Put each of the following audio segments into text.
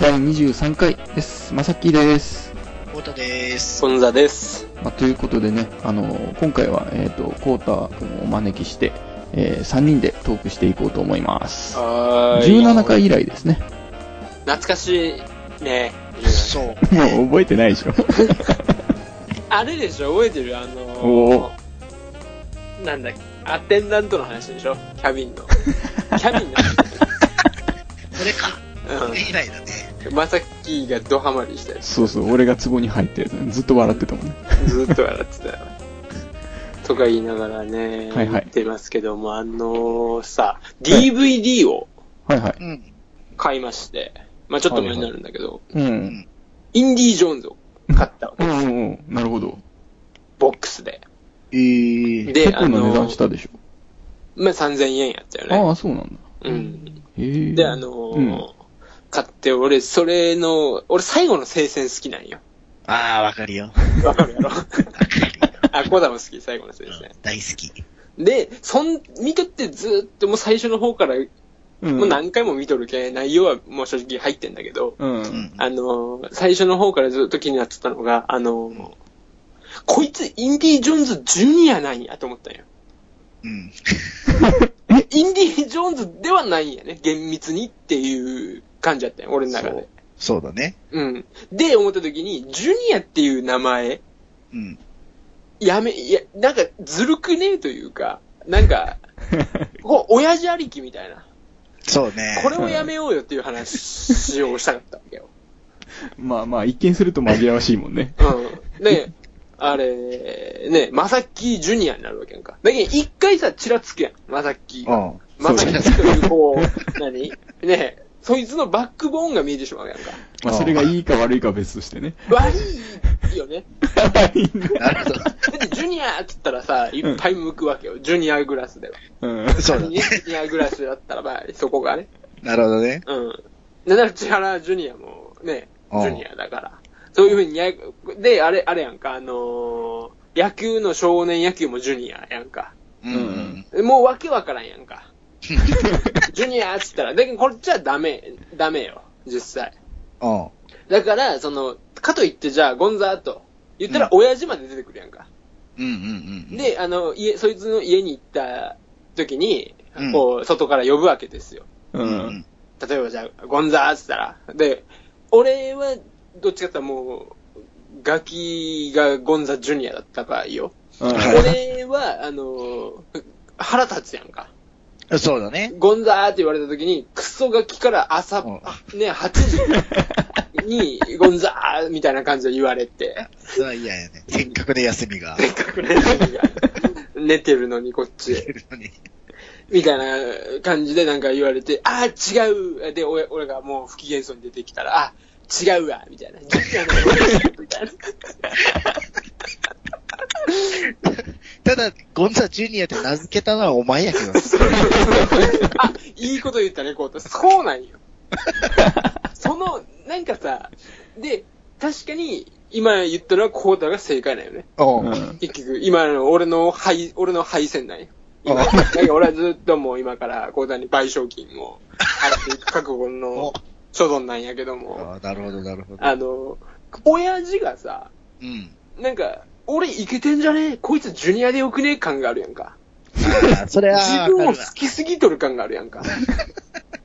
第23回です。まさきです。太田です。ソンザです。まあ、ということでね、あのー今回は、えっ、と、コータ君をお招きして、え3人でトークしていこうと思います。は17回以来ですね。懐かしい ね。そ う。もう覚えてないでしょ。あれでしょ覚えてるあおのー、なんだっけアテンダントの話でしょキャビ ンの。キャビンそれか。のそれ以来だね。うん。まさきがドハマりしたや つそうそう、俺が壺に入ってる、ずっと笑ってたもんね。ずっと笑ってたよ。とか言いながらね、はいはい言ってますけども、あのー、さ、DVD をはいはい。うん。買いまして、まあちょっと前になるんだけど、うん。インディ・ージョーンズを買ったわうけ。んうんうん。なるほど。ボックスで。えー、で、結構な値あの段ーしたでしょ。まあ3000円やったよね。ああ、そうなんだ。うん。へえ。で、あのうんー、買って、俺、それの、俺最後の聖戦好きなんよ。あー、わかるよ。わかるやろ あ、コーダも好き、最後の聖戦。大好き。で、そん、見とってずっともう最初の方から、うん、もう何回も見とるけ、内容はもう正直入ってんだけど、うん。うん。あのー、最初の方からずっと気になってたのが、あのー、こいつ、インディ・ージョーンズジュニアなんやと思ったんよ。うん。インディ・ージョーンズではないんやね、厳密にっていう感じだったんよ、俺の中で。そうだね。うん。で、思った時に、ジュニアっていう名前、うん。やめ、いや、なんか、ずるくねえというか、なんか、こう、親父ありきみたいな。そうね。これをやめようよっていう話をしたかったわけよ。 まあまあ、一見すると紛らわしいもんね。 うん。で、あれ、ね、まさきジュニアになるわけやんか。だけど、一回さ、ちらつくやん、まさきう。ん。まさきという、こう、 何ね、そいつのバックボーンが見えてしまうやんか。まあ、それがいいか悪いかは別としてね。悪いよね。なるほど。だって、ジュニアって言ったらさ、いっぱい向くわけよ。ジュニアグラスでは。うん。そうだ ジね。ュニアグラスだったら、まあ、そこがね。なるほどね。うん。なんなら千原ジュニアもね、ジうんュニアだから。そういうふうにや、で、あれ、あれやんか、あのー野球の少年野球もジュニアやんか。うんん。もうわけわからんや んか。ジュニアっつったら、だけどこっちはダメ、ダメよ、実際。うん。だから、その、かといってじゃあ、ゴンザーと言ったら、う親父まで出てくるやんか。うんうんうん。、で、あの、家、そいつの家に行った時にうん、こう、外から呼ぶわけですよ。う。うんん。例えばじゃあ、ゴンザーっつったら。で、俺は、どっちかって言ったらもう、ガキがゴンザジュニアだった場合よ。うん俺は、あのー腹立つやんか。そうだね。ゴンザーって言われた時に、クソガキから朝、うんあね、8時に、ゴンザーみたいな感じで言われて、それは嫌やね。せっかくで休み が。せっかくね、寝てるのにこっちへ。みたいな感じでなんか言われて、ああ、違うで、俺俺がもう不機嫌そうに出てきたら、あ違うわみたいな。 ジュニアのことみたいなただ、ゴンザジュニアって名付けたのはお前や けど。あ、いいこと言ったね、こうと。そうなんよ。その、なんかさ、で、確かに、今言ったのはコータが正解なんよね。う。うんん。結局、今の俺の敗、俺の敗戦なんよ。今、あだから俺はずっともう今からコータに賠償金を払っていく覚悟の所存なんやけども。ああ、なるほど、なるほど。あの、親父がさ、うん。なんか、俺イケてんじゃねえこいつジュニアでよくねえ感があるやんか。ああ、それは、自分をわか好るわきすぎとる感があるやんか。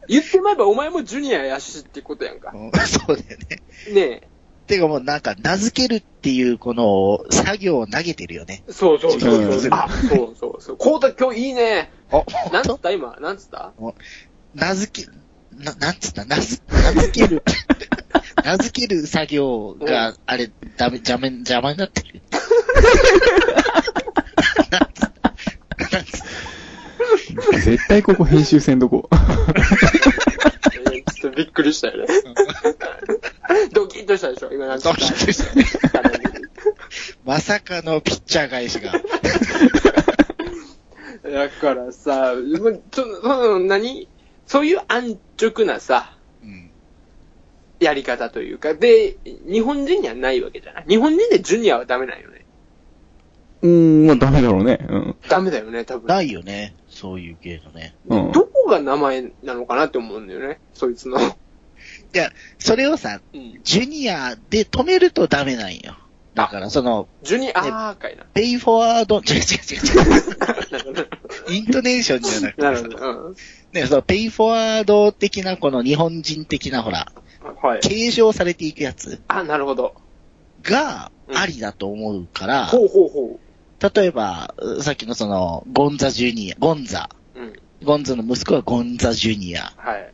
言ってまえばお前もジュニアやしってことやんか。うん そうだよね。ねてかもうなんか、名付けるっていう、この、作業を投げてるよね。え。そうそうそううそんう。あ、そうそうそう。コータ今日いいね。あ、なんつとった今なんつった名付け、な、なんつった名付名付け る。名付ける作業が、あれ、ダメ、邪魔、邪魔になってる。なんつなんつ絶対ここ編集せんとこ。えーちょっとびっくりしたよね。ドキッとしたでしょ今なんつドっキッとしたねたまさかのピッチャー返しが。だからさ、まちょその何そういう安直なさ、うん。やり方というか、で、日本人にはないわけじゃない。日本人でジュニアはダメなんよね。うーん、まあダメだろうね。うん。ダメだよね、多分。ないよね。そういう系のね。うん。どこが名前なのかなって思うんだよね、そいつの。いや、それをさ、うん。ジュニアで止めるとダメなんよ。だから、その、ジュニアーかい な。ペイフォワード、 違う違う違う違なるほど。う、イントネーションじゃなくてなるさほ、ど。うんね、そのペイフォワード的な、この日本人的な、ほら、はい。継承されていくやつあ、なるほど。がありだと思うから、ほうほうほ例えば、うさっきのその、ゴンザジュニア、ゴンザ、う。うん。ゴンザの息子はゴンザジュニア、はい。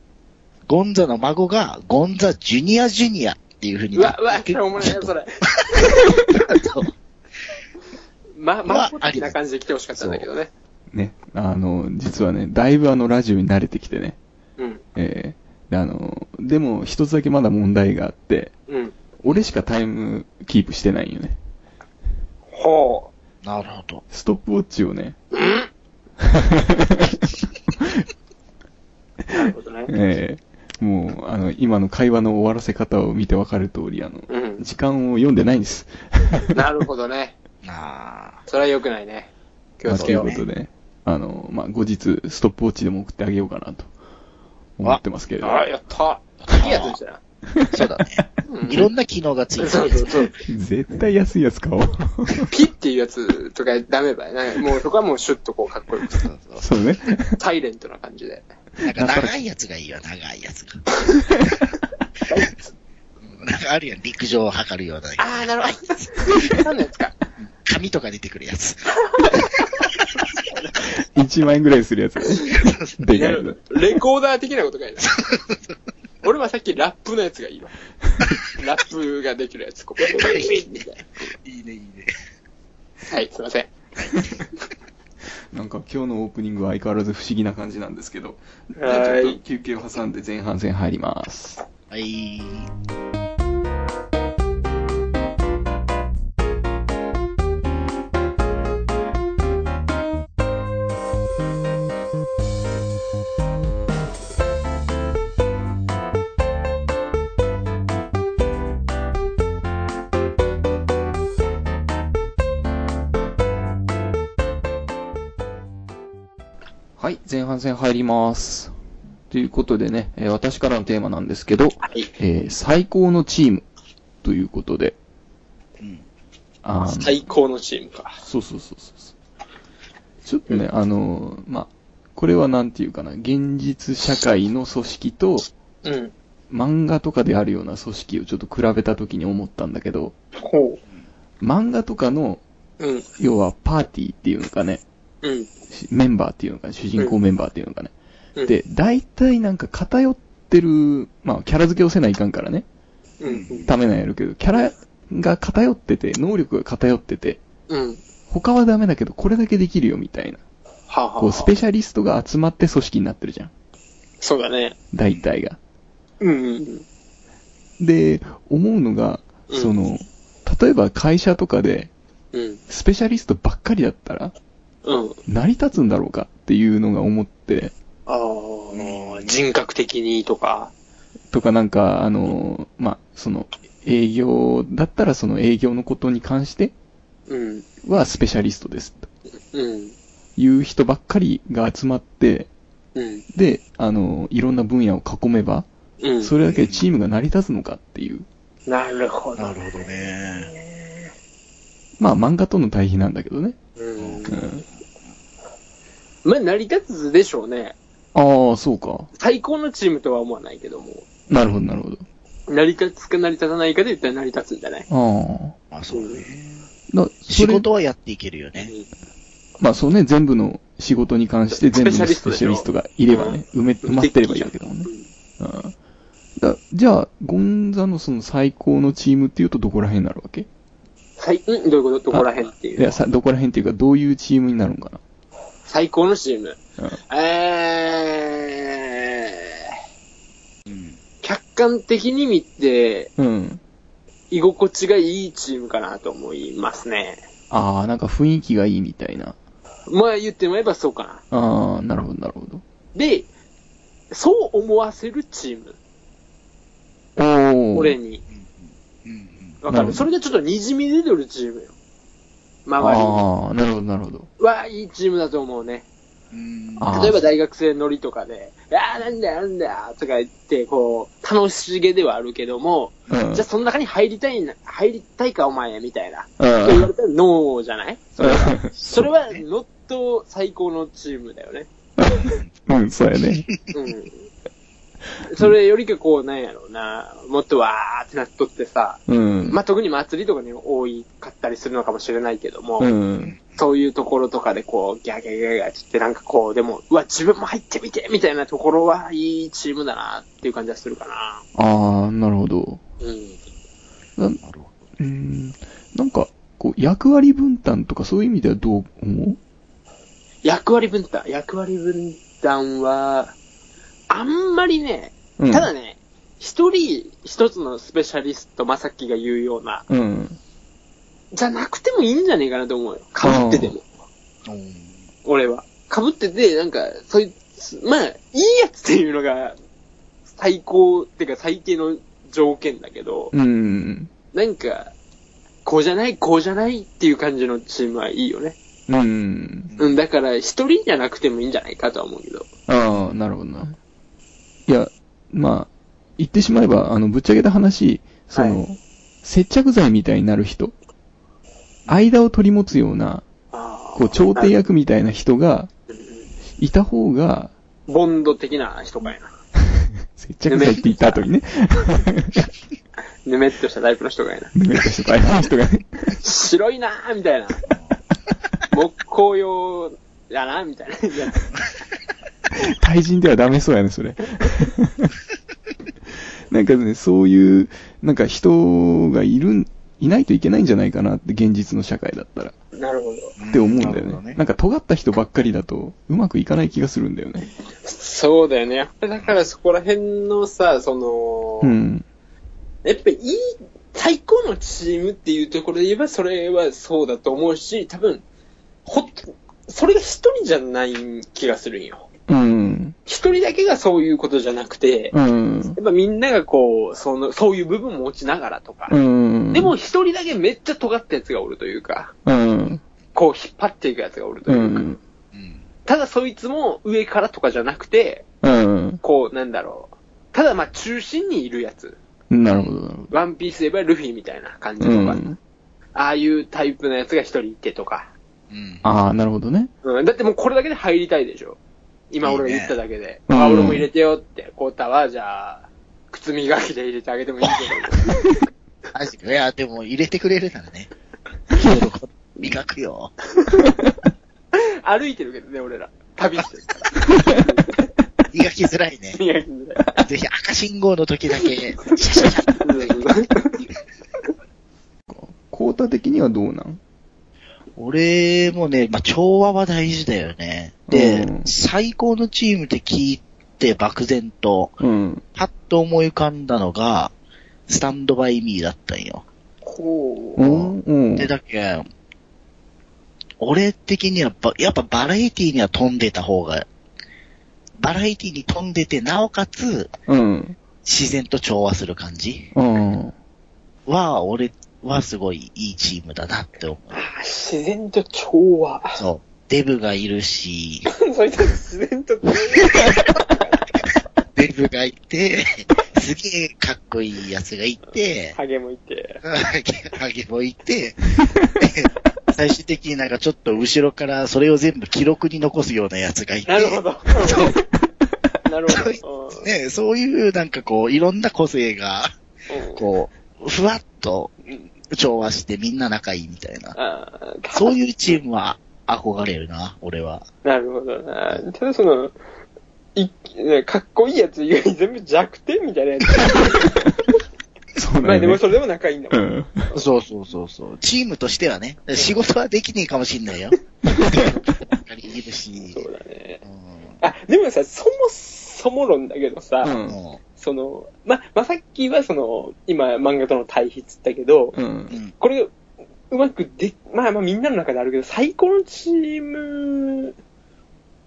ゴンザの孫がゴンザジュニアジュニアっていう風にうなっわて、うわ、いくしょうもない な、それ。 ま、ま、あり的な感じで来てほしかったんだけどね。ね、あの、実はね、だいぶあのラジオに慣れてきてね、うん。えーであの、でも一つだけまだ問題があって、うん。俺しかタイムキープしてないんよね。ほなるほど。ストップウォッチをね、 う。うんなるほど ね。えーもう、あの、今の会話の終わらせ方を見てわかる通り、あの、うん。時間を読んでないんです。なるほどね。なあ。それは良くないね。気まをあつとけいうよこう。とで、あの、まあ、後日、ストップウォッチでも送ってあげようかなと、思ってますけれど。あ、やった。いいやつじゃん。そうだね。 うんいろんな機能がついそうてそるう。そう。絶対安いやつ買おう。 ピっていうやつとかダメばい。なんかもうそこはもうシュッとこうかっこよく。そうそうそうね。サイレントな感じで。なんか長いやつがいいよ、長いやつが。 なんかあるやん、陸上を測るような。あー、なるほど。何のやつか。紙とか出てくるやつ。 1万円ぐらいするやつ。 でかいの。レコーダー的なことがいいな。俺はさっきラップのやつがいいわ。ラップができるやつ、ここで。みたいいいね、いいね。なはい、すいません。なんか今日のオープニングは相変わらず不思議な感じなんですけど、はちょっいと。休憩を挟んで前半戦入ります。はい。はい、前半戦入ります。ということでね、えー私からのテーマなんですけど、はい。えー最高のチームということで、うん。あの最高のチームか。そうそうそうそうそう。ちょっとね、あのー、まあ、これはなんていうかな、現実社会の組織と、うん。漫画とかであるような組織をちょっと比べた時に思ったんだけど、ほ漫画とかの、う。うん。要はパーティーっていうのかね、うん。しメンバーっていうのかね、主人公メンバーっていうのかね。うんで、大体なんか偏ってる、まあ、キャラ付けをせないかんからね、うん。ダメなんやるけど、キャラが偏ってて、能力が偏ってて、うん。他はダメだけど、これだけできるよみたいな。はあはあこう、スペシャリストが集まって組織になってるじゃん。そうだね。大体が。うんうんで、思うのが、うんその、例えば会社とかで、うん。うん。スペシャリストばっかりだったら、うん。成り立つんだろうかっていうのが思って、ああ、人格的にとか。とかなんか、あの、まあ、その、営業だったらその営業のことに関してうん。はスペシャリストです。とうん。いう人ばっかりが集まって、うん。で、あの、いろんな分野を囲めば、うん。それだけチームが成り立つのかっていう。なるほど。なるほどね。まあ、漫画との対比なんだけどね。うんう。ん。まあ、成り立つでしょうね。ああ、そうか。最高のチームとは思わないけども。なるほど、なるほど。成り立つか成り立たないかで言ったら成り立つんじゃないあまあそうだね。あ。だそ仕れ事はやっていけるよね。まあそうね、全部の仕事に関して全部のスペシャリストがいればね、埋め、埋まってればいいわけだもんね。うん。だじゃあ、ゴンザのその最高のチームっていうとどこら辺になるわけい最、うんどういうことどこら辺っていう。や、さ、どこら辺っていうか、どういうチームになるのか最高のチーム。な。えうん。ー、客観的に見て、うん。うん。居心地がいいチームかなと思いますね。ああ、なんか雰囲気がいいみたいな。まあ言ってもらえばそうかな。ああ、なるほど、なるほど。で、そう思わせるチーム。おお。俺に。うんうん。わなるかほるどそれがちょっと滲み出てるチームよ。周りに。ああ、なるほど、なるほど。わあ、いいチームだと思うね。うん。あー例えば大学生乗りとかで、ああ、なんだよなんだよとか言って、こう、楽しげではあるけども、うん。じゃあその中に入りたいな、入りたいかお前、みたいな。うそう言わんれたらノーじゃないそれは、それはそうねノット最高のチームだよね。 うん、そうやね。うん。それよりかこう、なんやろうな、もっとわーってなっとってさ、うん。まあ、特に祭りとかに多いかったりするのかもしれないけども、うん。そういうところとかでこう、ギャーギャーギャーギャーって言ってなんかこう、でも、うわ、自分も入ってみてみたいなところはいいチームだなっていう感じはするかな。ああ、なるほど。うん。ななるほど。うん。なんか、こう、役割分担とかそういう意味ではどう思う役割分担、役割分担は、あんまりね、うん。ただね、一人一つのスペシャリスト、まさきが言うような、うん。じゃなくてもいいんじゃねえかなと思うよ。被ってても。うん俺は。被ってて、なんか、そいつ、まあ、いいやつっていうのが、最高、ってか最低の条件だけど、うん。なんか、こうじゃない、こうじゃないっていう感じのチームはいいよね。うん。うん、だから一人じゃなくてもいいんじゃないかとは思うけど。ああ、なるほどな。いや、まあ、言ってしまえば、あの、ぶっちゃけた話、その、接着剤みたいになる人、間を取り持つような、あーこう、調停。役みたいな人がうんいた方 が、ボンド的な人かやな。接着剤って言った後 にね、 ぬめっとしたタイプの人がやな。めっちゃ大変な人がね、白いなーみたいな。木工用やなみたいな。いや対人ではダメそうやね、それ。 なんかね、そういう、なんか人がいるん、いないといけないんじゃないかなって、現実の社会だったら。なるほど。って思うんだよなるね。ほなどねんか尖った人ばっかりだと、うまくいかない気がするんだよね。そうだよね。やっぱりだからそこら辺のさ、その、うん。やっぱいい、最高のチームっていうところで言えば、それはそうだと思うし、多分、ほっ、それが一人じゃない気がするんよ。うん。一人だけがそういうことじゃなくて、うん。やっぱみんながこう、その、そういう部分も落ちながらとかう、ん。でも、一人だけめっちゃ尖ったやつがおるというか、うん。こう引っ張っていくやつがおるとういうか、ん。うん。ただそいつも上からとかじゃなくて、うん。こう、なんだろう、ただまあ中心にいるやつ、なるほど、なるほワンピースで言えばルフィみたいな感じど。とうか、ん。ああいうタイプのやつが一人いてとか。うん。ああ、なるほどね。うん、だってもうこれだけで入りたいでしょ。今俺が言っただけで。うんあ、俺も入れてよって。コータは、じゃあ、靴磨きで入れてあげてもいいけど。マジかいや、でも入れてくれるなら ね。喜ぶ磨くよ。歩いてるけどね、俺ら。旅してるから。磨きづらいね。 磨きづらいぜひ赤信号の時だけ。コータ的にはどうなん俺もね、まあ、調和は大事だよね。で、うん最高のチームって聞いて漠然と、うん。パッと思い浮かんだのが、スタンドバイミーだったんよ。こうう。ん。うんで、。だっけ、俺的にはば、やっぱバラエティには飛んでた方が、バラエティに飛んでて、なおかつ、うん。自然と調和する感じうん。は、俺はすごいいいチームだなって思う。自然と調和。そう。デブがいるし、そいつは自然と調和。デブがいて、 すげえかっこいいやつがいて、 ハゲもいて。ハゲハゲもいて、 最終的になんかちょっと後ろからそれを全部記録に残すようなやつがいて、なるほど。 なるほど。うんね、そういうなんかこう、いろんな個性が、うんこう、ふわっと調和してみんな仲いいみたいな。あーそういうチームは憧れるな、俺は。なるほどな。ただその、いねかっこいいやつ以外全部弱点みた いなやつ。そうまなあんでだもね。それでも仲いいんだうもん。ん。そうそうそうそう。チームとしてはね、仕事はできねえかもしんない よ。いるし。そうだね。うあ、でもさ、そもそも論だけどさ、うんん。もその、ま、まさっきはその、今漫画との対比っつったけど、うんう、う。ん。これ、うまくで、まあまあみんなの中であるけど、最高のチーム、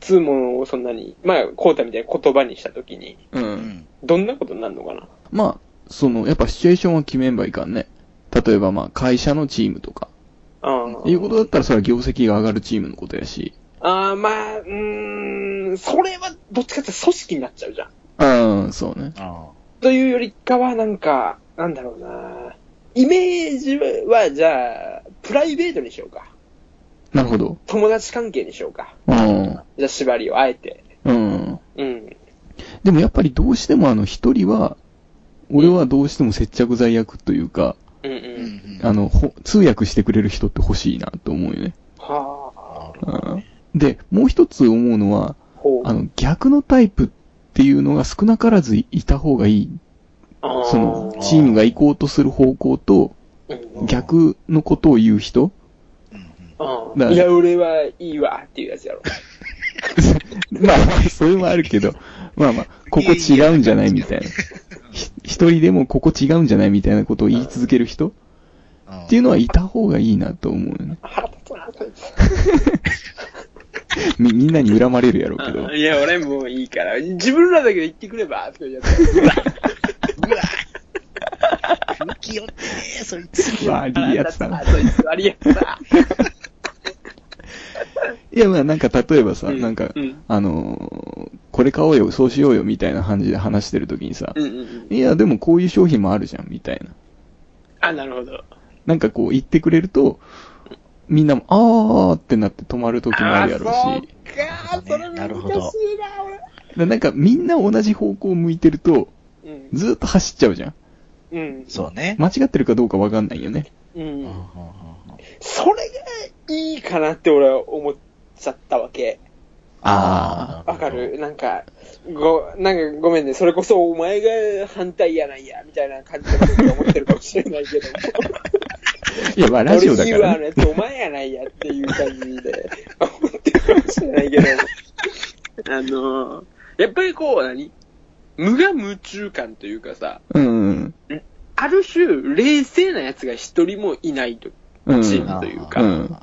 つうものをそんなに、まあ、こうたみたいな言葉にしたときに、う。うんん。どんなことになるのかなまあ、その、やっぱシチュエーションは決めんばいかんね。例えばまあ、会社のチームとか。ああ。いうことだったら、それは業績が上がるチームのことやし。あーまあ、うーん、それはどっちかっていうと組織になっちゃうじゃん。うん、そうね。あというよりかは、なんか、なんだろうなイメージは、じゃあ、プライベートにしようか。なるほど。友達関係にしようか。うん。じゃあ、縛りをあえて。うん。うん。でもやっぱりどうしてもあの一人は、俺はどうしても接着剤役というか、うんう。ーうんうんんあの、ほ通訳してくれる人って欲しいなと思うよね。はあ。なるほどうん。で、もう一つ思うのは、ほう。あの、逆のタイプっていうのが少なからずいた方がいい。あーその、チームが行こうとする方向と、うん逆のことを言う人 うんあだーいや、俺はいいわっていうやつやろ。まあ、それもあるけど、まあまあ、ここ違うんじゃないみたいな。ひ一人でもここ違うんじゃないみたいなことを言い続ける人っうんていうのはいた方がいいなと思うよね。腹立つな、こいつみ、みんなに恨まれるやろうけどあ。いや、俺も ういいから。自分らだけで言ってくれば、とか言うやつ。うわ空気読んでねえ、そいつ。 わあ、いいやつだな。そいつ悪いやつだ。いや、まあなんか例えばさ、うんなんか、うんあのーこれ買おうよ、そうしようよ、みたいな感じで話してるときにさ、うんうんうん。いや、でもこういう商品もあるじゃん、みたいな。あ、なるほど。なんかこう言ってくれると、みんなも、あーってなって止まるときもあるやろうあし、そうか、それ難しいな、なるほど俺。だなんかみんな同じ方向を向いてると、うん。ずーっと走っちゃうじゃん。うん。そうね。間違ってるかどうかわかんないよね。うんうんうんうんそれがいいかなって俺は思っちゃったわけ。あわかるなんか、ご、なんかごめんね、それこそお前が反対やないや、みたいな感じで思ってるかもしれないけど。いや、まあラジオだか俺ヒーワらーのね、やつお前やないやっていう感じで思ってるかもしれないけど。 あのーやっぱりこう、何無我夢中感というかさ、うん。ある種、冷静なやつが一人もいないと、うん。チームというか、うん。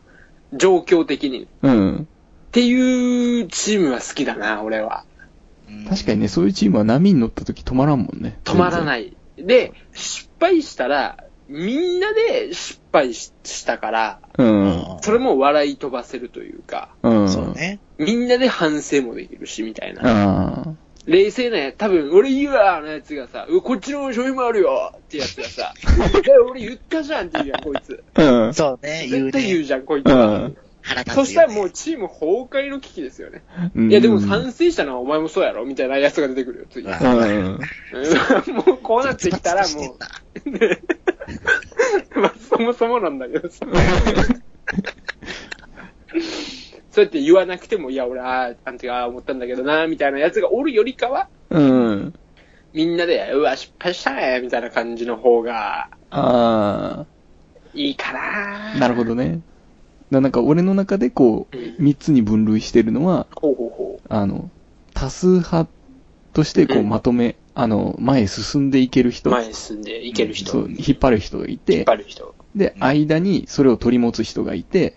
状況的に。っうん。ていうチームは好きだな、俺は。確かにね、そういうチームは波に乗ったとき止まらんもんね。止まらい。ない。で、失敗したら、みんなで失敗ししたから、うん。それも笑い飛ばせるというか、うん。そう。ね。みんなで反省もできるし、みたいな。ああ。冷静なやつ、多分、俺言うわ、のやつがさ、うこっちの商品もあるよってやつがさ、いや俺言ったじゃんって言うやん、こいつ。うん。そうね、言う絶対言うね。じゃん、こいつ。うん腹立つよね。そしたらもうチーム崩壊の危機ですよね。うんいや、でも賛成したのはお前もそうやろみたいなやつが出てくるよ、次。うんうん。 もうこうなってきたらもう、まあ、そもそもなんだけどさ。そうやって言わなくても、いや、俺、ああ、あん時ああ思ったんだけどな、みたいなやつがおるよりかは、うん。みんなで、うわ、失敗したね、みたいな感じの方が、あいいかなあ、なるほどね。だなんか俺の中でこう、うん三つに分類してるのは、ほうほうほあの、多数派としてこううんまとめ、あの、前へ進んでいけるう。人。前進んでいける人。そう、引っ張る人がい、引って張る人。で、うん間にそれを取り持つ人がいて、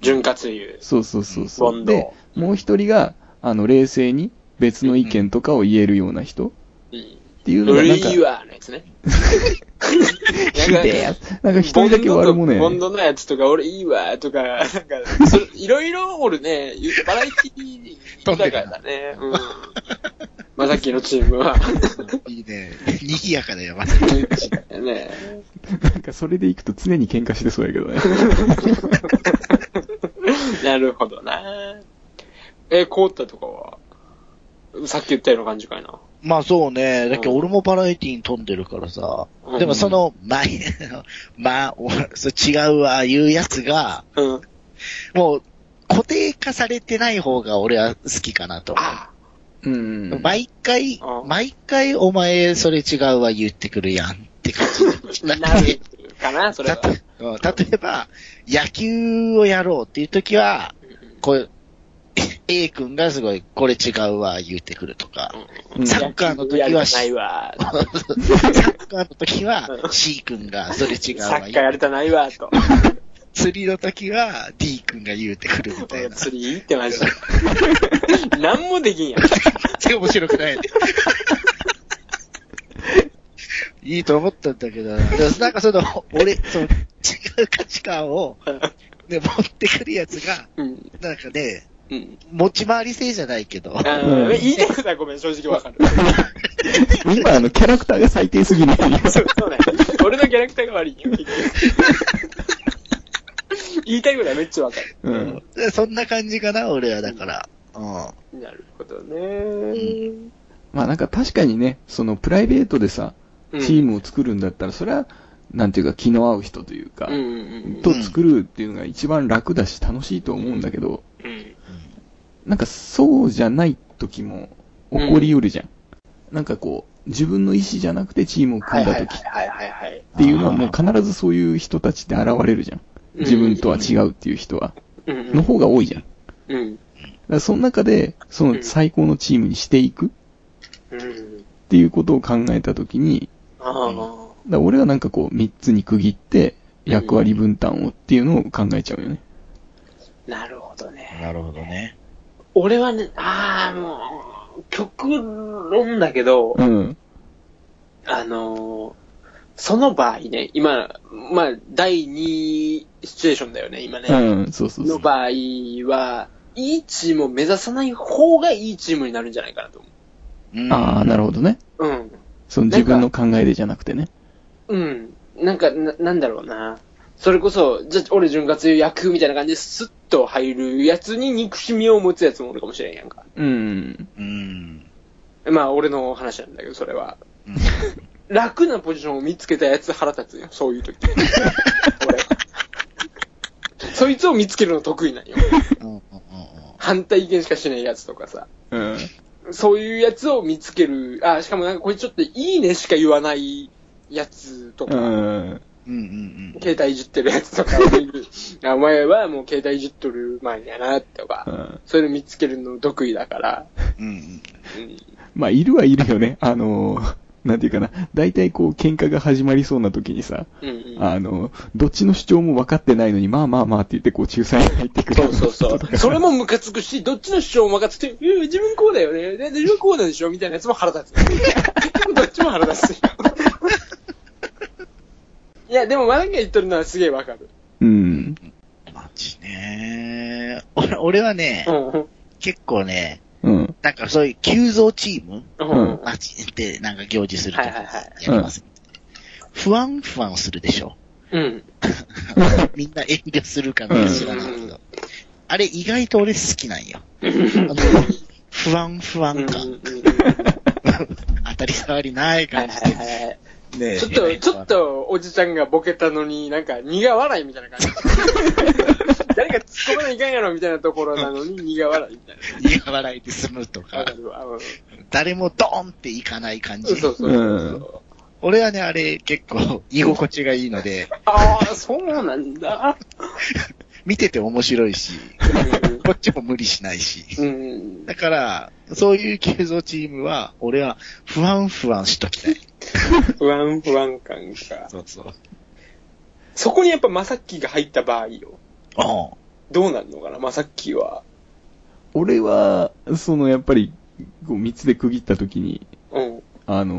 潤滑油。そうそうそうボそう。ンでド、。もう一人が、あの、冷静に別の意見とかを言えるような人うん。っていうのがルなんイか、ワーのやつね。 ひでえやつなんか 一人だけ悪者やボねン。ドのやつとか、俺いいわ、とか、なんか、そいろいろおるね、バラエティーに豊かだね。うん。まさきのチームは。いいね。賑やかだよ、まねなんかそれでいくと常に喧嘩してそうやけ どね。なるほどな。え、凍ったとかは、さっき言ったような感じかいな。まあそうね。だけど俺もバラエティに飛んでるからさ。うんでもその、まあ、まあ、おそう違うわ、いうやつが、うん。もう固定化されてない方が俺は好きかなと思う。あうん。毎回あ、毎回お前それ違うわ言ってくるやんって感じ。 なるかな、それは。うん例えば、野球をやろうっていう時は、こう、A 君がすごい、これ違うわ言ってくるとか、うんサッカーの時やりはたないわ。サッカーの時うはん C 君がそれ違うサわッカー言やう。りたないわ、と。釣りの時は D 君が言うてくるみたいな。釣りいいってマジで。なんもできんやん。全然面白くない。いいと思ったんだけどな。でもなんかその、俺、その、違う価値観を、ね、持ってくるやつが、うん。なんかね、うん。持ち回り性じゃないけどあ。うんー言いたいことはごめん、正直わかる。 今、あの、キャラクターが最低すぎないよ。 そうそうね。俺のキャラクターが悪いよ、結局 言いたいことはめっちゃわかる。うん。そんな感じかな、俺はだから。うん。なるほどね。まあなんか確かにね、そのプライベートでさ、うんチームを作るんだったら、それは、なんていうか気の合う人というか、うんうんと作るっていうのが一番楽だし楽しいと思うんだけど、うん。うん。なんかそうじゃない時も起こりうるじゃん。なんかこう、自分の意思じゃなくてチームを組んだ時っはいはいはい。ていうのはもう必ずそういう人たちって現れるじゃん。自分とは違うっていう人は、うんの方が多いじゃん。だうん。からその中で、そうのん最高のチームにしていくっうん。ていうことを考えた時に、ああ。だから俺はなんかこう3つに区切って役割分担をっていうのを考えちゃうよね。なるほどね。なるほどね。俺はね、ああ、もう、極論だけどう、ん。あのー、その場合ね、今、まあ、第2シチュエーションだよね、今ね。うん、そうそうそのう。場合は、いいチームを目指さない方がいいチームになるんじゃないかなと思うんああ、なるほどね。う。うん。その自分の考えでじゃなくてね。うん。なんか、な、なんだろうな。それこそ、じゃ、俺潤滑油役みたいな感じでスッと入るやつに憎しみを持つやつもおるかもしれんやんか。うん。うん。まあ、俺の話なんだけど、それは。うん楽なポジションを見つけたやつ腹立つよ、そうい う時。俺。そいつを見つけるの得意なんよ。うんうんうん反対意見しかしないやつとかさ。うん。そういうやつを見つける。あ、しかもなんかこれちょっといいねしか言わないやつとか。うん。うんうんうん。携帯いじってるやつとかを 見るあお前はもう携帯いじっとる前やな、とか。そういうの見つけるの得意だから。うんうんうん。まあ、いるはいるよね。あのー、なんていうかな。大体こう、喧嘩が始まりそうな時にさ、うんうん。あのー、どっちの主張も分かってないのに、まあまあまあって言って、こう、仲裁に入ってくるそようなそうそ人とか う。それもムカつくし、どっちの主張も分かってて、いや自分こうだよね。で自分こうなんでしょみたいなやつも腹 立つ。結局どっちも腹立つ し。いや、でも、マランが言っとるのはすげえわかる。うん。マジね俺俺はねう、ん。うん。結構ね、うん。なんかそういう急増チームうん。あっちってなんか行事するとかはいはいはやいります。不安不安するでしょ。うん。みんな遠慮するかな知らないけど。あれ意外と俺好きなんよ。あの不安不うん。う安ん。感。当たり障りないは感いじはいで。はい。ねちょっと、ちょっ。と、おじちゃんがボケたのに、なんか、苦笑いみたいな感 じ。誰か突っ込まないかんやろみたいなところなのに、苦笑いみたい苦笑いで済むとな。わかか、るわ。うん誰もドーンっていかない感そうじ。そうそうそう。俺はね、あれ結構居心地がいいので、ああ、そうなんだ。見てて面白いし、こっちも無理しないし。うん。だから、そういう急増チームは、俺は不安不安しときたい。不安不安感か。そうそう。そこにやっぱまさっきが入った場合よ。おうどうなるのかなまさっきは。 俺は、その、やっぱり、こう、3つで区切った時に、うん。あの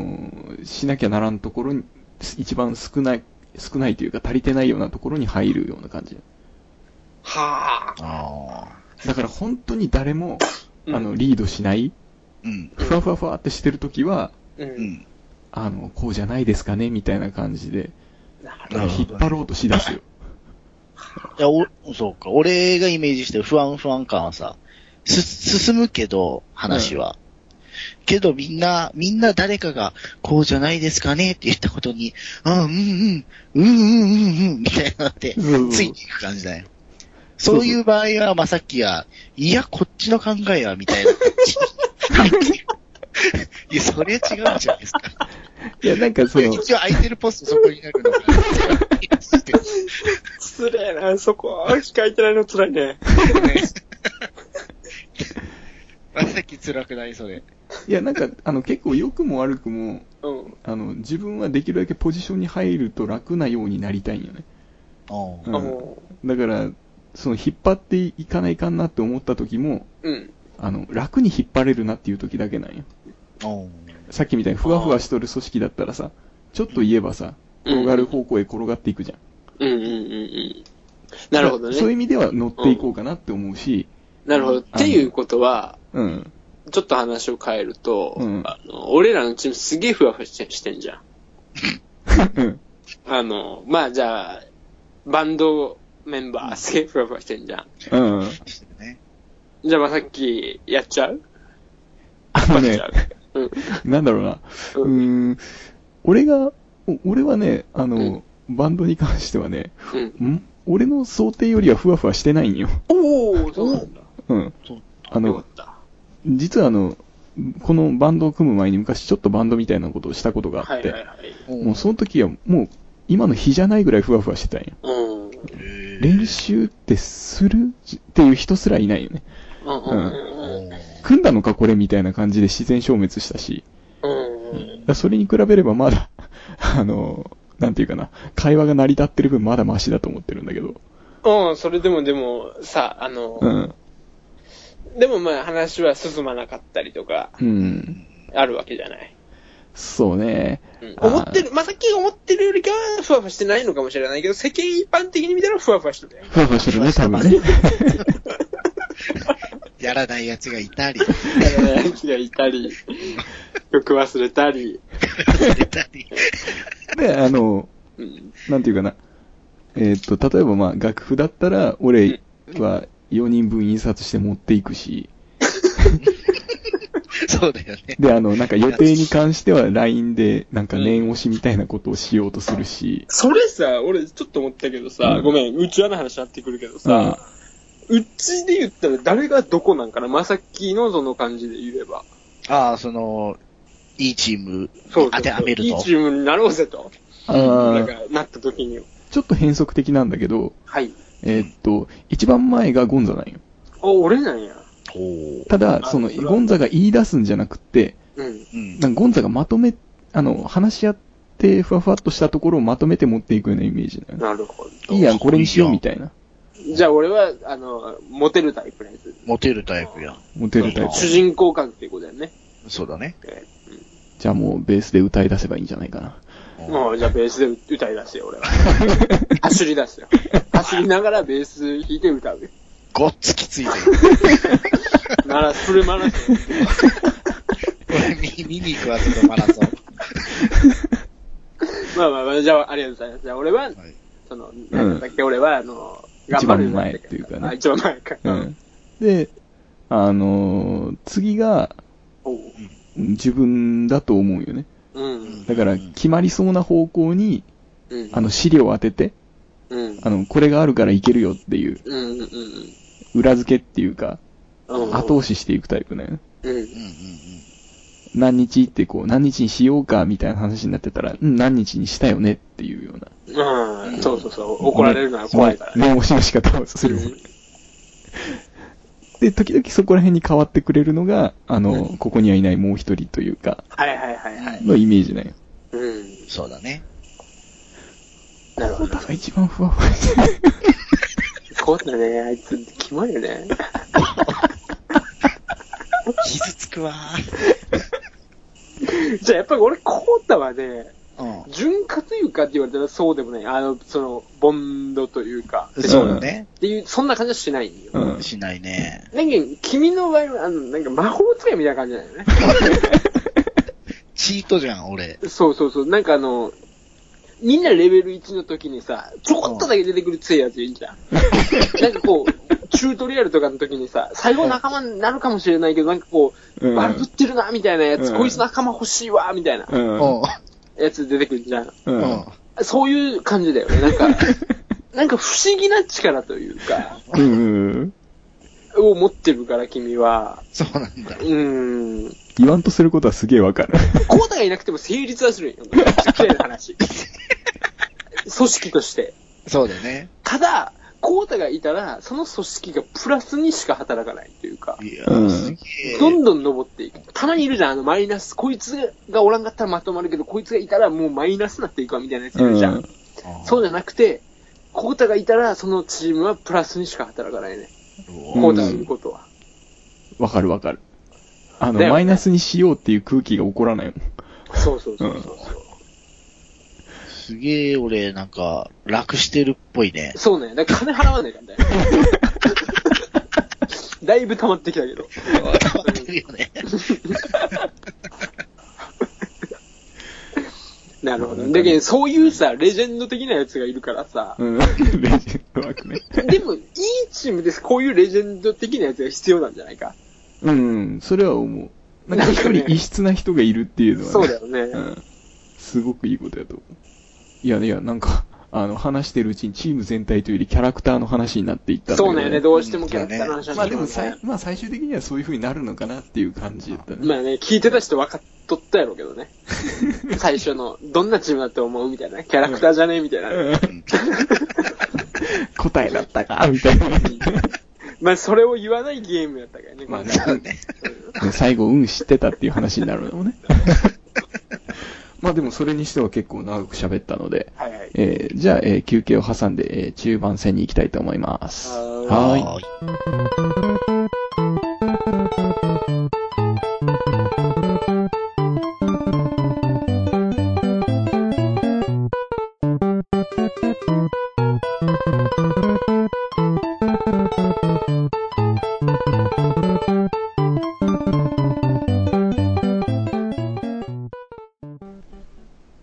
ー、しなきゃならんところに、一番少ない、少ないというか足りてないようなところに入るような感じ。はあ。あだから本当に誰も、うんあの、リードしない、ーうん。ふわふわふわってしてるときは、う。うんん。あの、こうじゃないですかね、みたいな感じで、ななるほるほどね引っ張ろうとしだすよ。いや、お、そうか。俺がイメージしてる不安不安感はさ、す、進むけど、話は。けどみんな、みんな誰かが、こうじゃないですかねって言ったことに、あうんうん、うんうんうんうん、みたいなのって、そうそう ついていく感じだよ。そういう場合は、まあさっきは、いや、こっちの考えは、みたい な。入っていくいや、それ違うんじゃないですか。いや、なんかその、一応空いてるポストそこになるのが。ど。失礼な、そこ。控えてないの辛いね。ねまさき辛くないそれ。いや、なんか、あの、結構良くも悪くも、うん。あの、自分はできるだけポジションに入ると楽なようになりたいんよね。おうあんもだから、その、引っ張っていかないかんなって思った時も、う。うん。あの、楽に引っ張れるなっていう時だけなんよ。おさっきみたいにふわふわしとる組織だったらさ、ちょっと言えばさ、転がる方向へ転がっていくじゃん。うんうんうんうん。なるほどね。そういう意味では乗っていこうかなって思うし、なるほど。っていうことは、うん。 ちょっと話を変えると、うんあの俺らのチームすげえふわふわしてしてんじゃん。うん。あの、まあじゃあ、バンドメンバーすげえふわふわしてんじゃん。うん。ね。じゃあまあさっき、やっちゃうあのねやっ、ぱりちゃうなんだろうな。ううん。ーん。俺が、お俺はね、あうの、バンドに関してはね、うん。ん俺の想定よりはふわふわしてないんよ。おー、そうなんだ。うんそう。あよかのっ、た。実はあの、このバンドを組む前に昔ちょっとバンドみたいなことをしたことがあはっいて、はいはい。もうその時はもう今の日じゃないぐらいふわふわしてたんよ。うん。うん練習ってするっていう人すらいないよね。うんうん組んだのかこれみたいな感じで自然消滅したし、うん。うだん。からそれに比べればまだ、 あの、なんていうかな、会話が成り立ってる分まだマシだと思ってるんだけど。うん、それでもでも、さ、あの、うん。でもまあ話は進まなかったりとか、うん。あるわけじゃない。そうね。うんあー思ってる、まあ、さっき思ってるよりかは、ふわふわしてないのかもしれないけど、世間一般的に見たらふわふわしてるよ。ふわふわしてるね、多分ね。やらない奴がいたり、 やらがいたり、曲忘れたり、出たり。で、あの、うん。なんていうかな。えーっと、例えばまあ、楽譜だったら、俺は4人分印刷して持っていくし、そうだよね。で、あの、なんか予定に関しては LINE で、なんか念押しみたいなことをしようとするし、それさ、俺ちょっと思ったけどさ、うんごめん、うちわの話になってくるけどさ、うちで言ったら誰がどこなんかなまさっきのその感じで言えば。ああ、その、いいチームにそうそうそう当てはめるいいと。チームになろうぜと。あなんーか、なった時に。ちょっと変則的なんだけど、はい。えーっと、一番前がゴンザなんよ。あ、俺なんや。おーただ、あその、それはゴンザが言い出すんじゃなくて、うん。うん。なんかゴンザがまとめ、あの、話し合って、ふわふわっとしたところをまとめて持っていくようなイメージだよね。なるほど。いいやん、これにしよういいやんみたいな。じゃあ俺は、あの、モテるタイプのやつ。モテるタイプやん。モテるタイプ。主人公感っていうことだよね。そうだね。えじゃあもうベースで歌い出せばいいんじゃないかな。ーもう、じゃあベースで歌い出す よ、俺は。走り出すよ。走りながらベース弾いて歌うよ。ごっつきついてる。なら、フルマラソン。 俺見、見に行くわ、そのマラソン。まあまあまあ、じゃあ、ありがとうございます。じゃあ俺は、いその、なんだっけ、俺は、あの、頑一張る番前っていうかあね。一番前か。う。ん。で、あのー次がおう自分だと思うよね。うん。だから、うん決まりそうな方向に、うん。あの、資料を当てて、うん。あの、これがあるからいけるよっていう、うん。うん。裏付けっていうか、うん。後押ししていくタイプだよね。うんう。んうんうん。何日ってこう、何日にしようかみたいな話になってたら、うん、何日にしたよねっていうような。うん。そうそうそう。怒られるのは怖いからね。ね。念押しの仕方をする。で、時々そこら辺に変わってくれるのが、あの、うここにはいないもう一人というか、はいはいはいはい。のイメージなんよ。うん。そうだね。なるほコどタ。が一番ふわふわしてる。そうだね、あいつ、キモいよね。 傷つくわー。じゃあやっぱり俺、コータはね、うん。潤滑油かって言われたらそうでもない。あの、その、ボンドというか、そうだね。っていう、そんな感じはしないんよ。う。なんしないね。んか、君の場合は、あの、なんか魔法使いみたいな感じだよね。チートじゃん、俺。そうそうそう、なんかあの、みんなレベル1の時にさ、ちょこっとだけ出てくる強いやついいんじゃん。なんかこう、チュートリアルとかの時にさ、最後仲間になるかもしれないけど、なんかこうう、ん。悪ぶってるな、みたいなやつ、うんこいつ仲間欲しいわ、みたいなう。うんん。やつ出てくるじゃん。うん。うん。そういう感じだよね。な んか、なんか不思議な力というか、うん。を持ってるから君は、そうなんだう。ーん。言わんとすることはすげえわかる。コータがいなくても成立はするんよ。めっちゃ綺麗な話。組織として。そうだね。ただ、コータがいたら、その組織がプラスにしか働かないというか、いやうー、んすげえ。どんどん登っていく。たまにいるじゃん、あのマイナス。こいつがおらんかったらまとまるけど、こいつがいたらもうマイナスになっていくわ、みたいなやついるじゃん。そうじゃなくて、コータがいたら、そのチームはプラスにしか働かないね。うんコータがいることは。わかるわかる。あの、だよねマイナスにしようっていう空気が起こらないもん。そうそうそうそう。すげえ、俺、なんか、楽してるっぽいね。 そうね。だから金払わないかんだよ。だいぶ溜まってきたけど。溜まってるよね。なるほど。だけど、そういうさ、レジェンド的なやつがいるからさ。うん。レジェンド枠ね。でも、いいチームです。こういうレジェンド的なやつが必要なんじゃないか。うん、それは思う。なんか一人異質な人がいるっていうのはね。そうだよね。うん。すごくいいことやと思う。いやいや、なんか、あの、話してるうちにチーム全体というよりキャラクターの話になっていったんそうだよね。どうしてもうんキャラクターの話なんまだあけでどもね最、まあ最終的にはそういう風になるのかなっていう感じだったね。まあね、聞いてた人分かっとったやろうけ どね。最初の、どんなチームだと思うみたいな。キャラクターじゃねえみたいな。うん答えだったかみたいな。まあ、それを言わないゲームやったから ね。まあねそうね。最後、うん、知ってたっていう話になるのも ね。まあでもそれにしては結構長く喋ったので、はいはい。えーじゃあ、えー休憩を挟んで、えー中盤戦に行きたいと思います。ははーい。い。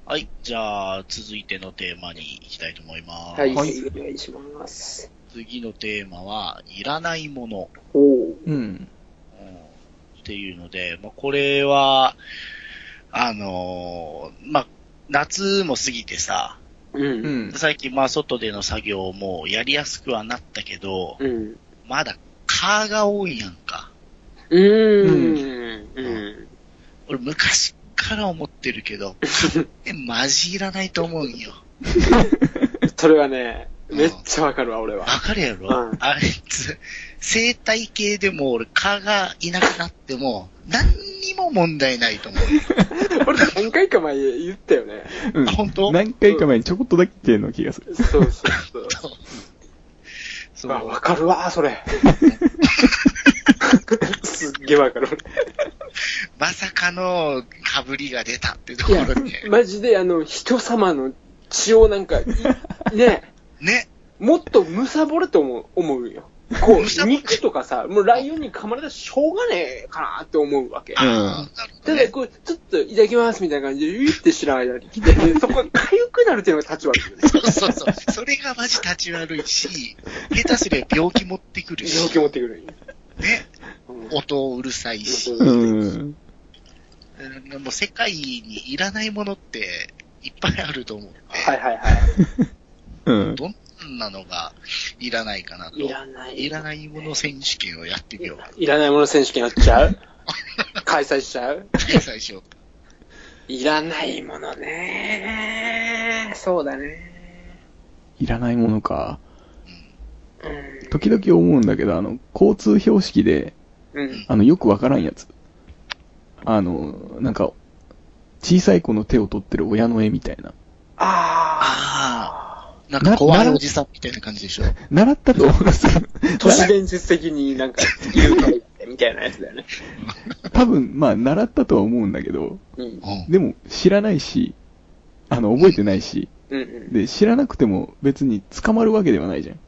はい。じゃあ、続いてのテーマに行きたいと思います。はい。はいお願いします。次のテーマは、いらないもの。おお。うん。うんっていうので、まあ、これは、あのーまあ、夏も過ぎてさ、う。うんん。最近まあ外での作業もやりやすくはなったけど、うん。まだ蚊が多いやんか。うーん。うん。俺昔から思ってるけ ど、え、マジいらないと思うんよ。それはね、うんめっちゃわかるわ、俺わ。はかるやろ、うんあいつ、生態系でも俺蚊がいなくなっても、何にも問題ないと思うよ。俺何回か前言ったよね。うんあ本当何回か前にちょこっとだけ言ってんの気がする。そうそうそう。そあ、うわかるわ、それ。すっげえわかる。まさかの被りが出たっていうといこや ろで、。マジで、あの、人様の血をなんか、いね、ね。もっとむさぼると思う、思うよ。こむさう、ぼる肉とかさ、もうライオンに噛まれたらしょうがねえかなって思うわけ。うんあーなるほたどだ、ねこう、ちょっと、いただきますみたいな感じで、ゆいって知らない間に来て、そこが痒くなるっていうのが立ち悪いよね。そうそうそう。それがマジ立ち悪いし、下手すりゃ病気持ってくるし、病気持ってくるんよ。ね。うん音うるさいし、うん。うんもう世界にいらないものっていっぱいあると思う。はいはいはうん。どんなのがいらないかなと。い。いらない。いらないもの選手権をやってみよう。いらないもの選手権やっちゃう開催しちゃう最初。いらないものね。そうだね。いらないものか。うん。時々思うんだけど、あの、交通標識で、うん。あの、よくわからんやつ。あの、なんか、小さい子の手を取ってる親の絵みたいな。あああ。なんか怖いおじさんみたいな感じでしょ。習ったと思います。ー、都市伝説的になんか、言うからみたいなやつだよね。 多分、まあ、習ったとは思うんだけど、うん。うん。でも、知らないし、あの、覚えてないし、うんうん。で、知らなくても別に捕まるわけではないじゃん。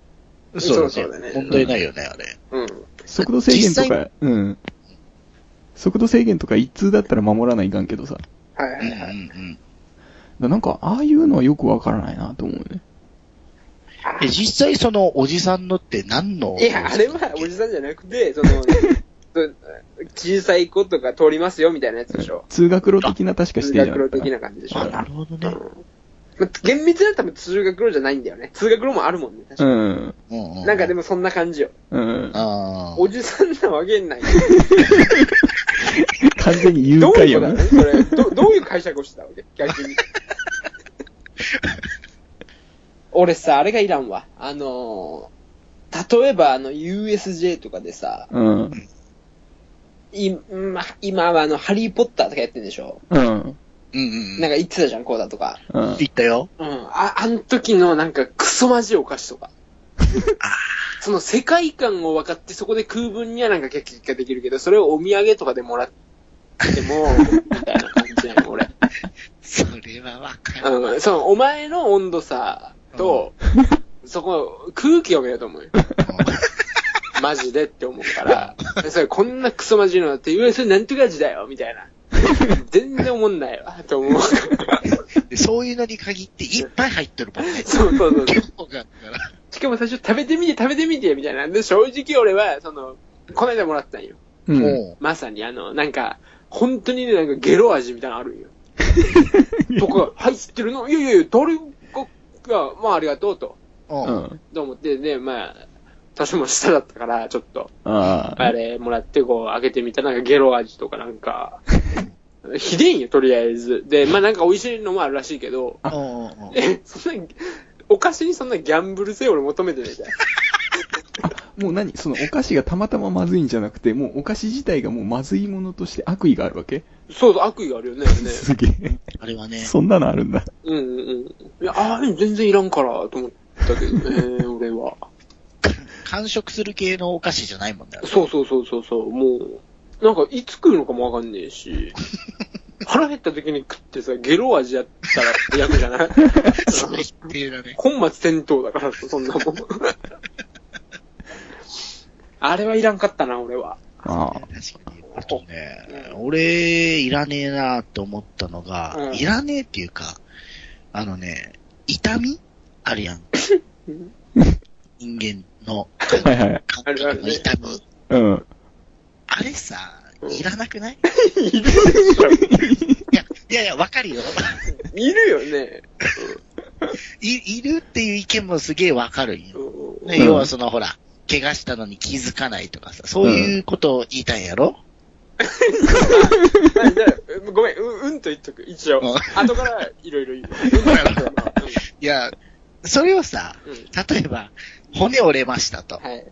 そうそうだだねね。問題ないよね、あれ。うん。速度制限と実際か、うん。速度制限とか一通だったら守らないかんけどさ。だかはいはうんういはい。んうん。らなんか、ああいうのはよくわからないなと思うね。え、実際そのおじさんのって何のいや、あれはおじさんじゃなくて、 その、と小さい子とか通りますよみたいなやつでしょ。通学路的な確か指通定じゃ学なかった路か的なな感じでしょ。あ、なるほどうね。んまあ厳密な多分通学路じゃないんだよね。通学路もあるもんね。確かにうん。うんうなんかでも、もそんな感じよ。うん。ああ。おじさんなわけない。完全に誘どう拐いうやこともだんね。それど、どういう解釈をしてたわけ逆 に。俺さ、あれがいらんわ。あのー例えばあの USJ とかでさ、うん。いま今はあの、ハリーポッターとかやってんでしょうん。うんうん。なか、んか言ってたじゃん、こうだとか。うん。言ったよ。うん。あ、あの時のなんかクソマジお菓子と か。その世界観を分かってそこで空分にはなんか結果できるけど、それをお土産とかでもらっても、みたいな感じやん、俺。それはわかる。うん、その、お前の温度差と、そこ、空気を読めようと思うよ。マジでって思うから、それこんなクソマジのだって、うわ、それなんとか味だよ、みたいな。全然思んないわ、と 思う。 でそういうのに限っていっぱい入ってるもんね。そうそうそうそう。結構があるから。しかも最初食べてみて、食べてみて、みたいな。で、正直俺は、その、この間もらったんよ。うん。もまさにあの、なんか、本当にね、なんかゲロ味みたいなのあるんよ。とか、入ってるのいやいやいや、誰が、がまあありがとうと。う、う。うんん。と思って、ね、まあ、私も下だったから、ちょっと、あああ。れもらって、こう、開けてみたら、なんかゲロ味とかなんか、ひでえんよ、とりあえず。で、まあなんか美味しいのもあるらしいけど、うんうんうん。え、そんな、お菓子にそんなギャンブル性俺求めてないじゃん。もう何そのお菓子がたまたままずいんじゃなくて、もうお菓子自体がもうまずいものとして悪意があるわけそうそう、悪意があるよね。ねすげえ。あれはね、そんなのあるんだ。うんうんうん。いや、ああ、全然いらんから、と思ったけどね、俺は。完食する系のお菓子じゃないもんね。そうそうそうそうそう、もう、なんかいつ食うのかもわかんねえし、腹減った時に食ってさ、ゲロ味やったら嫌じゃない それってだね。本末転倒だから、そん なもん。あれはいらんかったな、俺は。ああ。確かに。あとね、俺、いらねえなって思ったのが、うんいらねえっていうか、あのね、痛みあるやん。うん人間のはいはい。感あるあ覚のるね痛み。うん。あれさ、いらなくないいるよ。いや、いやいや、わかるよ。 いるよね。い、いるっていう意見もすげえわかるんよ。うんね、要はそのほら、怪我したのに気づかないとかさ、そういうことを言いたいんやろ、まあじゃあごめん、ううんと言っとく、一応うん。後からいろいろ言う。うんと言っとく わいや、それをさ、うんうん例えば、骨折れましたと。はい。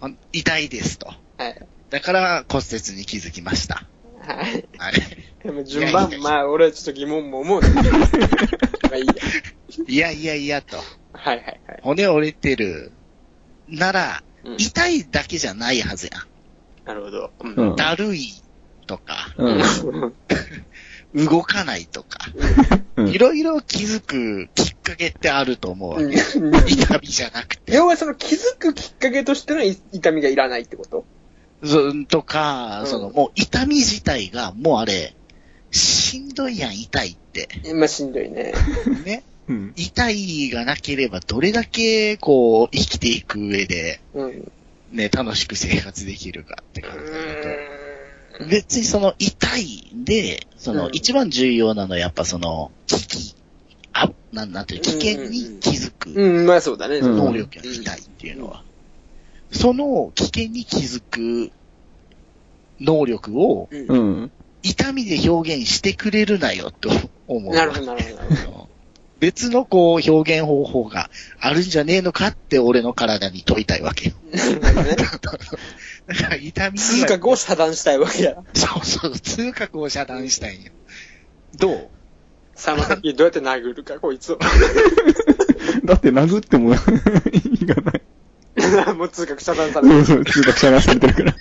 ほん痛いですと。はい。だから骨折に気づきました。はい。はい。でも順番、まあ、俺はちょっと疑問も思う。まあいいや。いやいやいやと。はいはいはい。骨折れてる。なら、うん痛いだけじゃないはずやん。なるほど。うう。んん。だるいとか、うん。動かないとか、うんいろいろ気づくきっかけってあると思うわけ。うん痛みじゃなく て。要はその気づくきっかけとしてのい痛みがいらないってことそとか、うんそのもう痛み自体がもうあれ、しんどいやん、痛い って。まあしんどいね。ね。うん。痛いがなければどれだけこう、生きていく上で、うん。うね、楽しく生活できるかって考えるーと。ん別にその痛いで、そのうん一番重要なのはやっぱその、危機、あ、なん、なんていう、危険に気づくうん、まあそうだね。うん能力が痛いっていうのは。その危険に気づく能力を、うんううんん。痛みで表現してくれるなよと思う。なるほど、なるほどなるほあの別のこう表現方法があるんじゃねえのかって俺の体に問いたいわけよ。ど。なるほどね。だから痛み通は覚を遮断したいわけだ。そうそう、通覚を遮断したいんよ。どうさあ、まさきどうやって殴るか、こいつを。だって殴っても 意味がない。もう通覚遮断されそうる。そう、通学者がされてるから。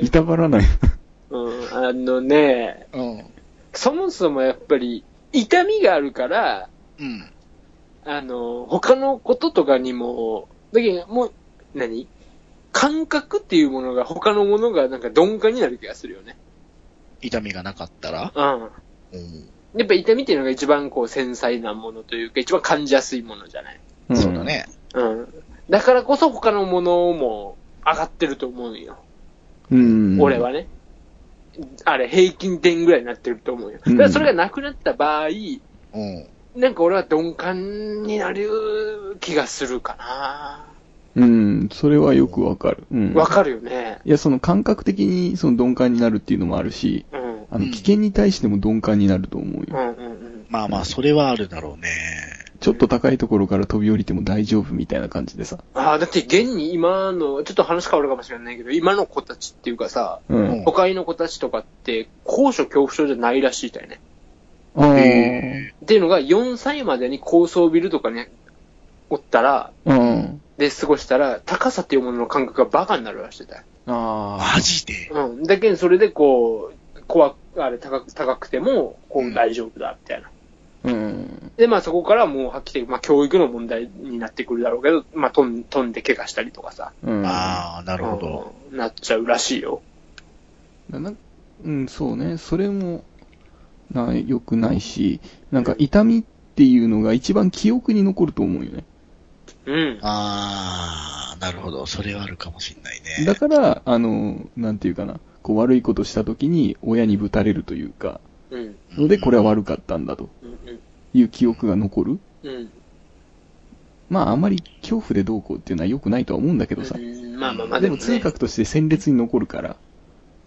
いたばらない。うん、あのね、うん。そもそもやっぱり、痛みがあるから、うん。あの、他のこととかにも、だけど、もう、何感覚っていうものが他のものがなんか鈍感になる気がするよね。痛みがなかったらうん。うん。やっぱ痛みっていうのが一番こう繊細なものというか、一番感じやすいものじゃない。そうだね。うん。だからこそ他のものも上がってると思うんよ。うん。うん。俺はね。あれ、平均点ぐらいになってると思うよ。うだんからそれがなくなった場合、うん。なんか俺は鈍感になる気がするかな。うん、それはよくわかる。うん。わかるよね。いや、その感覚的にその鈍感になるっていうのもあるし、うん。あうの、ん危険に対しても鈍感になると思ううよ。んうんうん。まあまあ、それはあるだろうね。ちょっと高いところから飛び降りても大丈夫みたいな感じでさ。ああ、だって現に今の、ちょっと話変わるかもしれないけど、今の子たちっていうかさ、うん。都会の子たちとかって、高所恐怖症じゃないらしいだよね。ああ。へっていうのが、4歳までに高層ビルとかね、おったら、うん。で過ごしたら、高さっていうものの感覚がバカになるらしいだよ。あマジでうん。だけど、それでこう、怖く、あれ、高く、高くても、こう、大丈夫だ、みたいな。うん。で、まあそこからもうはっきり、まあ教育の問題になってくるだろうけど、まあ飛ん飛んで怪我したりとかさ、うん。ああ、なるほど。うんなっちゃうらしいよ。だなうん、そうね。それも、な、良くないし、なんか痛みっていうのが一番記憶に残ると思うよね。うん。ああ、なるほど。それはあるかもしんないね。だから、あの、なんていうかな、こう悪いことした時に親にぶたれるというか、うん。のでこれは悪かったんだとうん。いう記憶が残る。うん。うん。まああんまり恐怖でどうこうっていうのは良くないとは思うんだけどさう。んまあまあまあ、ででもも、痛ね、覚として鮮烈に残るから、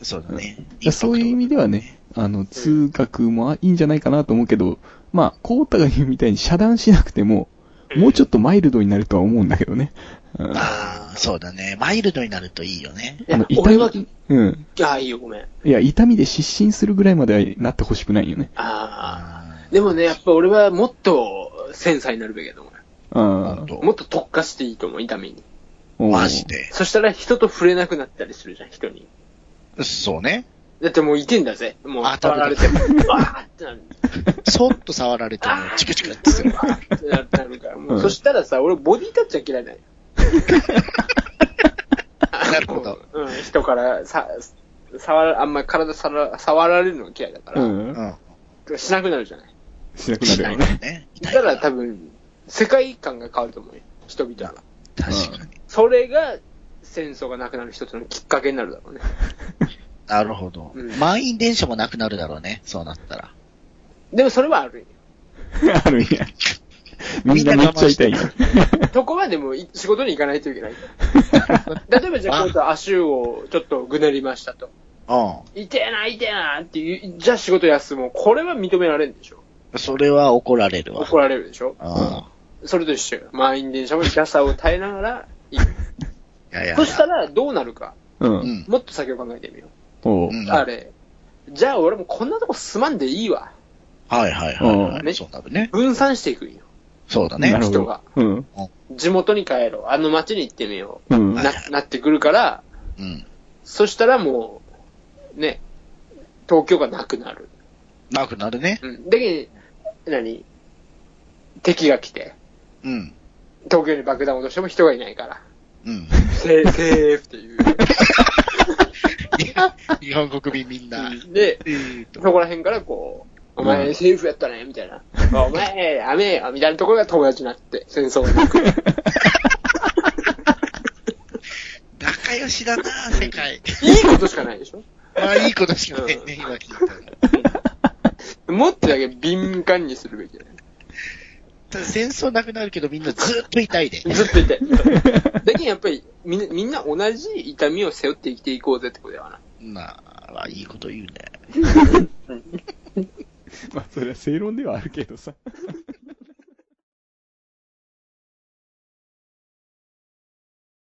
そうだね。そういう意味ではね、あの、通学もあいいんじゃないかなと思うけど、まあ、コータが言うみたいに遮断しなくても、もうちょっとマイルドになるとは思うんだけどね。うんああ、そうだね。マイルドになるといいよね。いやの、俺は、痛みうん。ああ、いいよ、ごめん。いや、痛みで失神するぐらいまではなってほしくないよね。ああ。あでもね、やっぱ俺はもっと繊細になるべきだと思あ、あ本あ。当う。もっと特化していいと思う、痛みに。おうマジで。そしたら人と触れなくなったりするじゃん、人に。そうね。だってもういてんだぜ。もう、あ触られても、わーってなる。そっと触られても、チクチクってする。わーってなるなるから。もううんそしたらさ、俺ボディタッチは嫌いだよ。なるほど。うん、人からさ、触ら、あんまり体さら触られるのが嫌いだかうら、ん。うん。しなくなるじゃない。しなくな痛るよいよね。 ね。痛だいかからら多分、世界観が変わると思うよ。人々は。確かに。それが、戦争がなくなる一つのきっかけになるだろうね。なるほどうん。満員電車もなくなるだろうね。そうなったら。でもそれはあるんよ。あるんや。みんなめっちゃ痛いよ。そこまでもい仕事に行かないといけない。例えばじゃあ、あこうと足をちょっとぐねりましたと。う痛えな、痛えなっていう、じゃあ仕事休もう。これは認められるんでしょん。それは怒られるわ。怒られるでしょあそれと一緒よ。満員電車も痛さを耐えながら行く。あ。いやいや。そしたらどうなるか。う。うんん。もっと先を考えてみよおうう。んう。あれ。じゃあ俺もこんなとこ住まんでいいわ。はいはいはいはうんい。そうなるね。分散していくんよ。そうだねな。るほ人どが。うん。地元に帰ろう。あの町に行ってみようう。ん。な、なってくるから、うん。そしたらもう、ね、東京がなくなる。なくなるね。うん。だけど、何敵が来て、うん。東京に爆弾を落としても人がいないから。うん。セー、セーフっていう。 日本国民みんな。 で、えーそとこら辺からこう、お前セーフやったね、みたい な。お前、やめえよ、みたいなところが友達になって、戦争に行 く。仲良しだな、世界。いいことしかないでしょまあ、いいことしかないね、今聞いたら。もっとだけ敏感にするべきだよ。ただ戦争なくなるけど、みんなずっと痛いで。ずっと痛い。 だけどやっぱり、みんな、みんな同じ痛みを背負って生きていこうぜってことやわな。まあ、いいこと言うね。まあ、それは正論ではあるけどさ。